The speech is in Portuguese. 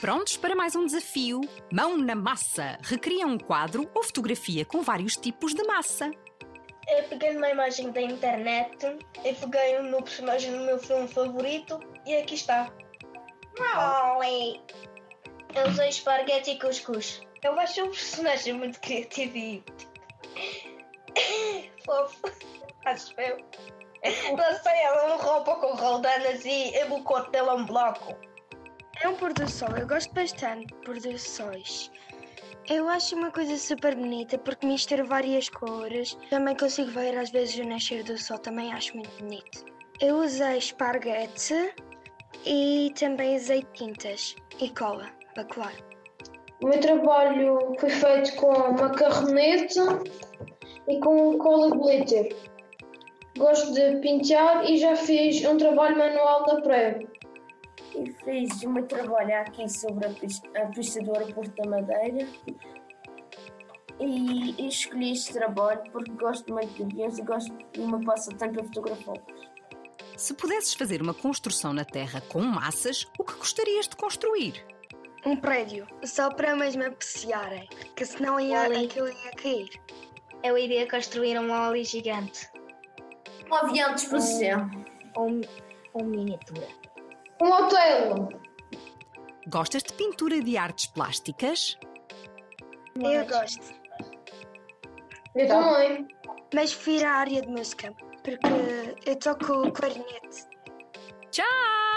Prontos para mais um desafio? Mão na massa! Recria um quadro ou fotografia com vários tipos de massa. Eu peguei numa imagem da internet, eu peguei o meu personagem no meu filme favorito e aqui está. Molly! Eu usei esparguete e cuscuz. Eu acho um personagem muito criativo e. tipo, fofo. Acho eu. Não sei, ela é uma roupa com roldanas e é o corpo dela é um bloco. É um pôr do sol, eu gosto bastante de pôr do sóis. Eu acho uma coisa super bonita porque mistura várias cores. Também consigo ver às vezes o nascer do sol, também acho muito bonito. Eu usei esparguete e também usei tintas e cola para colar. O meu trabalho foi feito com macarronete e com um cola glitter. Gosto de pentear e já fiz um trabalho manual na praia. Eu fiz o meu trabalho aqui sobre a pis- a pista do aeroporto da Madeira e eu escolhi este trabalho porque gosto muito de aviões e gosto de uma passatempo a fotografá-los. Se pudesses fazer uma construção na Terra com massas, o que gostarias de construir? Um prédio, só para mesmo é apreciarem, porque senão ia, Ali. aquilo ia cair. Eu iria construir um Molly gigante. Um avião de exposição. Ou, ou miniatura. Um hotel. Gostas de pintura de artes plásticas? Eu gosto, Eu também. mas fui à área de música porque eu toco clarinete. Tchau!